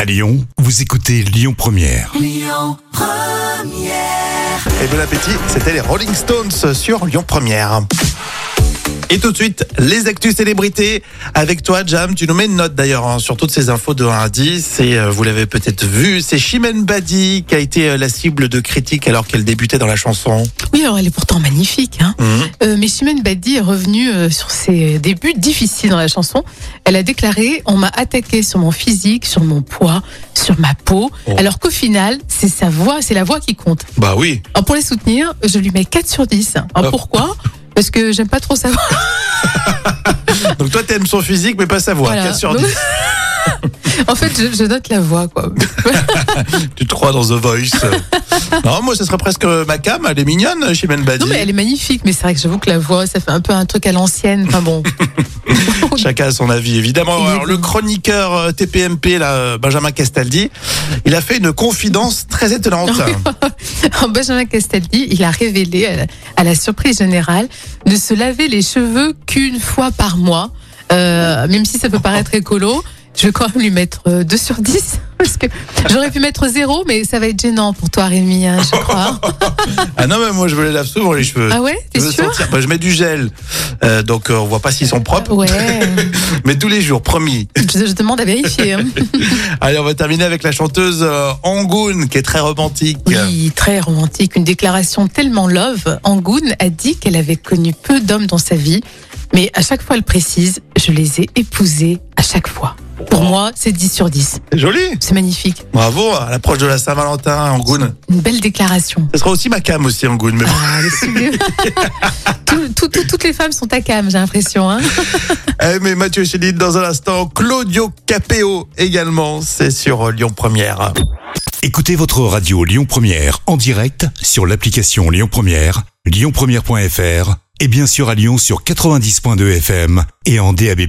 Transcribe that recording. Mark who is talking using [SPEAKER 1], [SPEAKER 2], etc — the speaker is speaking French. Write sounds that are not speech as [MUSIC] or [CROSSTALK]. [SPEAKER 1] À Lyon, vous écoutez Lyon Première.
[SPEAKER 2] Et bon appétit, c'était les Rolling Stones sur Lyon Première. Et tout de suite, les actus célébrités. Avec toi, Jam, tu nous mets une note d'ailleurs hein, sur toutes ces infos de 1 à 10. Et euh, vous l'avez peut-être vu, c'est Chimène Badi qui a été euh, la cible de critiques alors qu'elle débutait dans la chanson.
[SPEAKER 3] Oui, alors elle est pourtant magnifique. Hein.
[SPEAKER 2] Mhm.
[SPEAKER 3] Euh, mais Chimène Badi est revenue euh, sur ses débuts difficiles dans la chanson. Elle a déclaré On m'a attaqué sur mon physique, sur mon poids, sur ma peau.
[SPEAKER 2] Oh.
[SPEAKER 3] Alors qu'au final, c'est sa voix, c'est la voix qui compte.
[SPEAKER 2] Bah oui.
[SPEAKER 3] Alors pour les soutenir, je lui mets 4 sur 10. Alors
[SPEAKER 2] Oh.
[SPEAKER 3] pourquoi Parce que j'aime pas trop sa voix.
[SPEAKER 2] Donc toi, t'aimes son physique, mais pas sa voix.
[SPEAKER 3] Voilà.
[SPEAKER 2] 4 sur
[SPEAKER 3] Donc-
[SPEAKER 2] 10.
[SPEAKER 3] [LAUGHS] en fait, je, je note la voix, quoi.
[SPEAKER 2] Bah, Tu te crois dans The Voice. [LAUGHS] non, moi, ce serait presque euh, ma cam. Elle est mignonne, Chimène Badi.
[SPEAKER 3] Non, mais elle est magnifique, mais c'est vrai que j'avoue que la voix, ça fait un peu un truc à l'ancienne. Enfin
[SPEAKER 2] [LAUGHS]
[SPEAKER 3] bon.
[SPEAKER 2] Chacun a son avis, évidemment.
[SPEAKER 3] Oui.
[SPEAKER 2] Alors, le chroniqueur euh, TPMP, là, euh, Benjamin Castaldi, il a fait une confidence très étonnante.
[SPEAKER 3] [LAUGHS] Alors, Benjamin Castaldi, il a révélé à la- à la surprise générale de se laver les cheveux qu'une fois par mois. Euh, même si ça peut paraître écolo, je vais quand même lui mettre euh, 2 sur 10. [LAUGHS] Parce que j'aurais pu mettre 0, mais ça va être gênant pour toi, Rémi, hein, je crois.
[SPEAKER 2] ah non, mais moi, je me les lave souvent, les cheveux.
[SPEAKER 3] Ah ouais
[SPEAKER 2] [LAUGHS]
[SPEAKER 3] T'es
[SPEAKER 2] je veux
[SPEAKER 3] sûr
[SPEAKER 2] sentir. Bah, je mets du gel, Euh, donc euh, on voit pas s'ils sont propres,
[SPEAKER 3] Ah Ouais,
[SPEAKER 2] mais tous les jours, promis. [LAUGHS]
[SPEAKER 3] je, je demande à vérifier. hein.
[SPEAKER 2] Allez, on va terminer avec la chanteuse euh, Angoun, qui est très romantique.
[SPEAKER 3] Oui, très romantique, une déclaration tellement love. Angoun a dit qu'elle avait connu peu d'hommes dans sa vie, mais à chaque fois elle précise, je les ai épousés à chaque fois. Pour moi, c'est 10 sur 10.
[SPEAKER 2] C'est joli.
[SPEAKER 3] C'est magnifique.
[SPEAKER 2] Bravo, à l'approche de la Saint-Valentin, Angoun.
[SPEAKER 3] Une belle déclaration.
[SPEAKER 2] Ce sera aussi ma cam aussi, Angoun. Mais... bon. [LAUGHS]
[SPEAKER 3] Ah, elle est sublime. Tout- tout- tout- toutes les femmes sont à cam, j'ai l'impression. hein.
[SPEAKER 2] Eh, mais Mathieu Chédid dans un instant. Claudio Capéo également, c'est sur euh, Lyon Première.
[SPEAKER 1] Écoutez votre radio Lyon Première en direct sur l'application Lyon Première, lyonpremière.fr et bien sûr à Lyon sur 90.2 FM et en DAB+.